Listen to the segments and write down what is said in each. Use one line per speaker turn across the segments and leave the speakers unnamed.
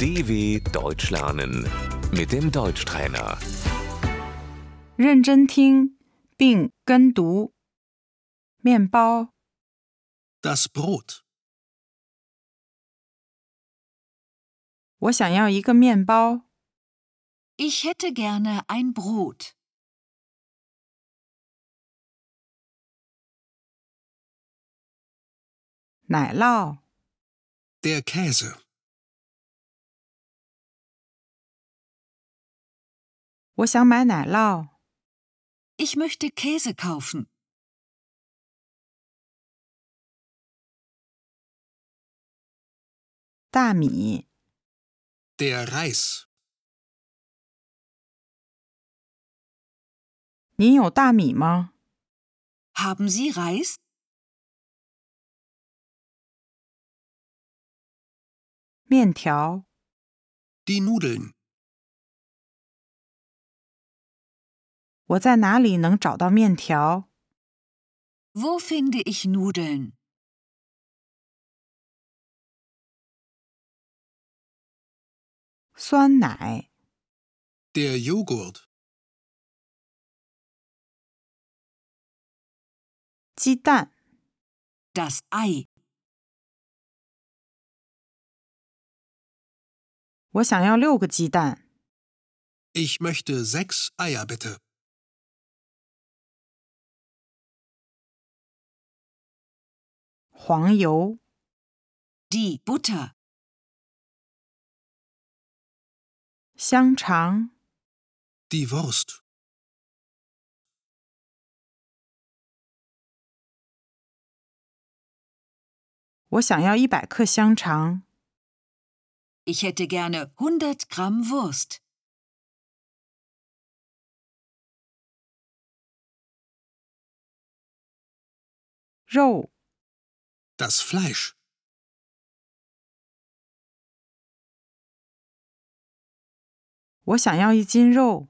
DW Deutsch lernen mit dem Deutschtrainer.
认真听并跟读。面包、
Das Brot.
我想要一个面包。
Ich hätte gerne ein Brot.
奶酪、
Der Käse.
我想买奶酪。
Ich möchte Käse kaufen.
大米、
Der Reis.
您有大米吗？
Haben Sie Reis?
面条、
Die Nudeln.
我在哪里能找到面条？
Wo finde ich Nudeln?
酸奶、
Der Joghurt.
鸡蛋、
Das Ei.
我想要六个鸡蛋。
Ich möchte sechs Eier bitte.
黄油、
Die Butter.
香肠、
Die Wurst.
我想要一百克香肠、
Ich hätte gerne 100 Gramm Wurst.
肉、
Das Fleisch.
我想要一斤肉、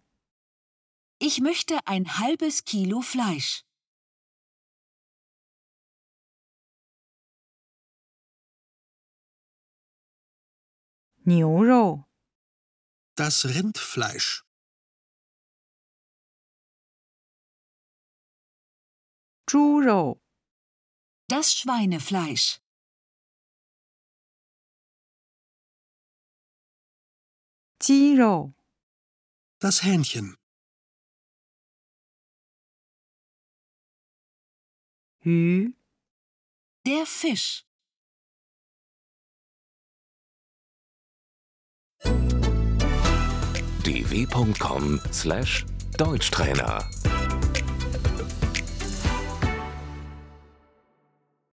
Ich möchte ein halbes Kilo Fleisch.
牛肉、
Das Rindfleisch.
猪肉、
Das Schweinefleisch.
鸡肉、
Das Hähnchen.
鱼、
Der Fisch.
dw.com/deutschtrainer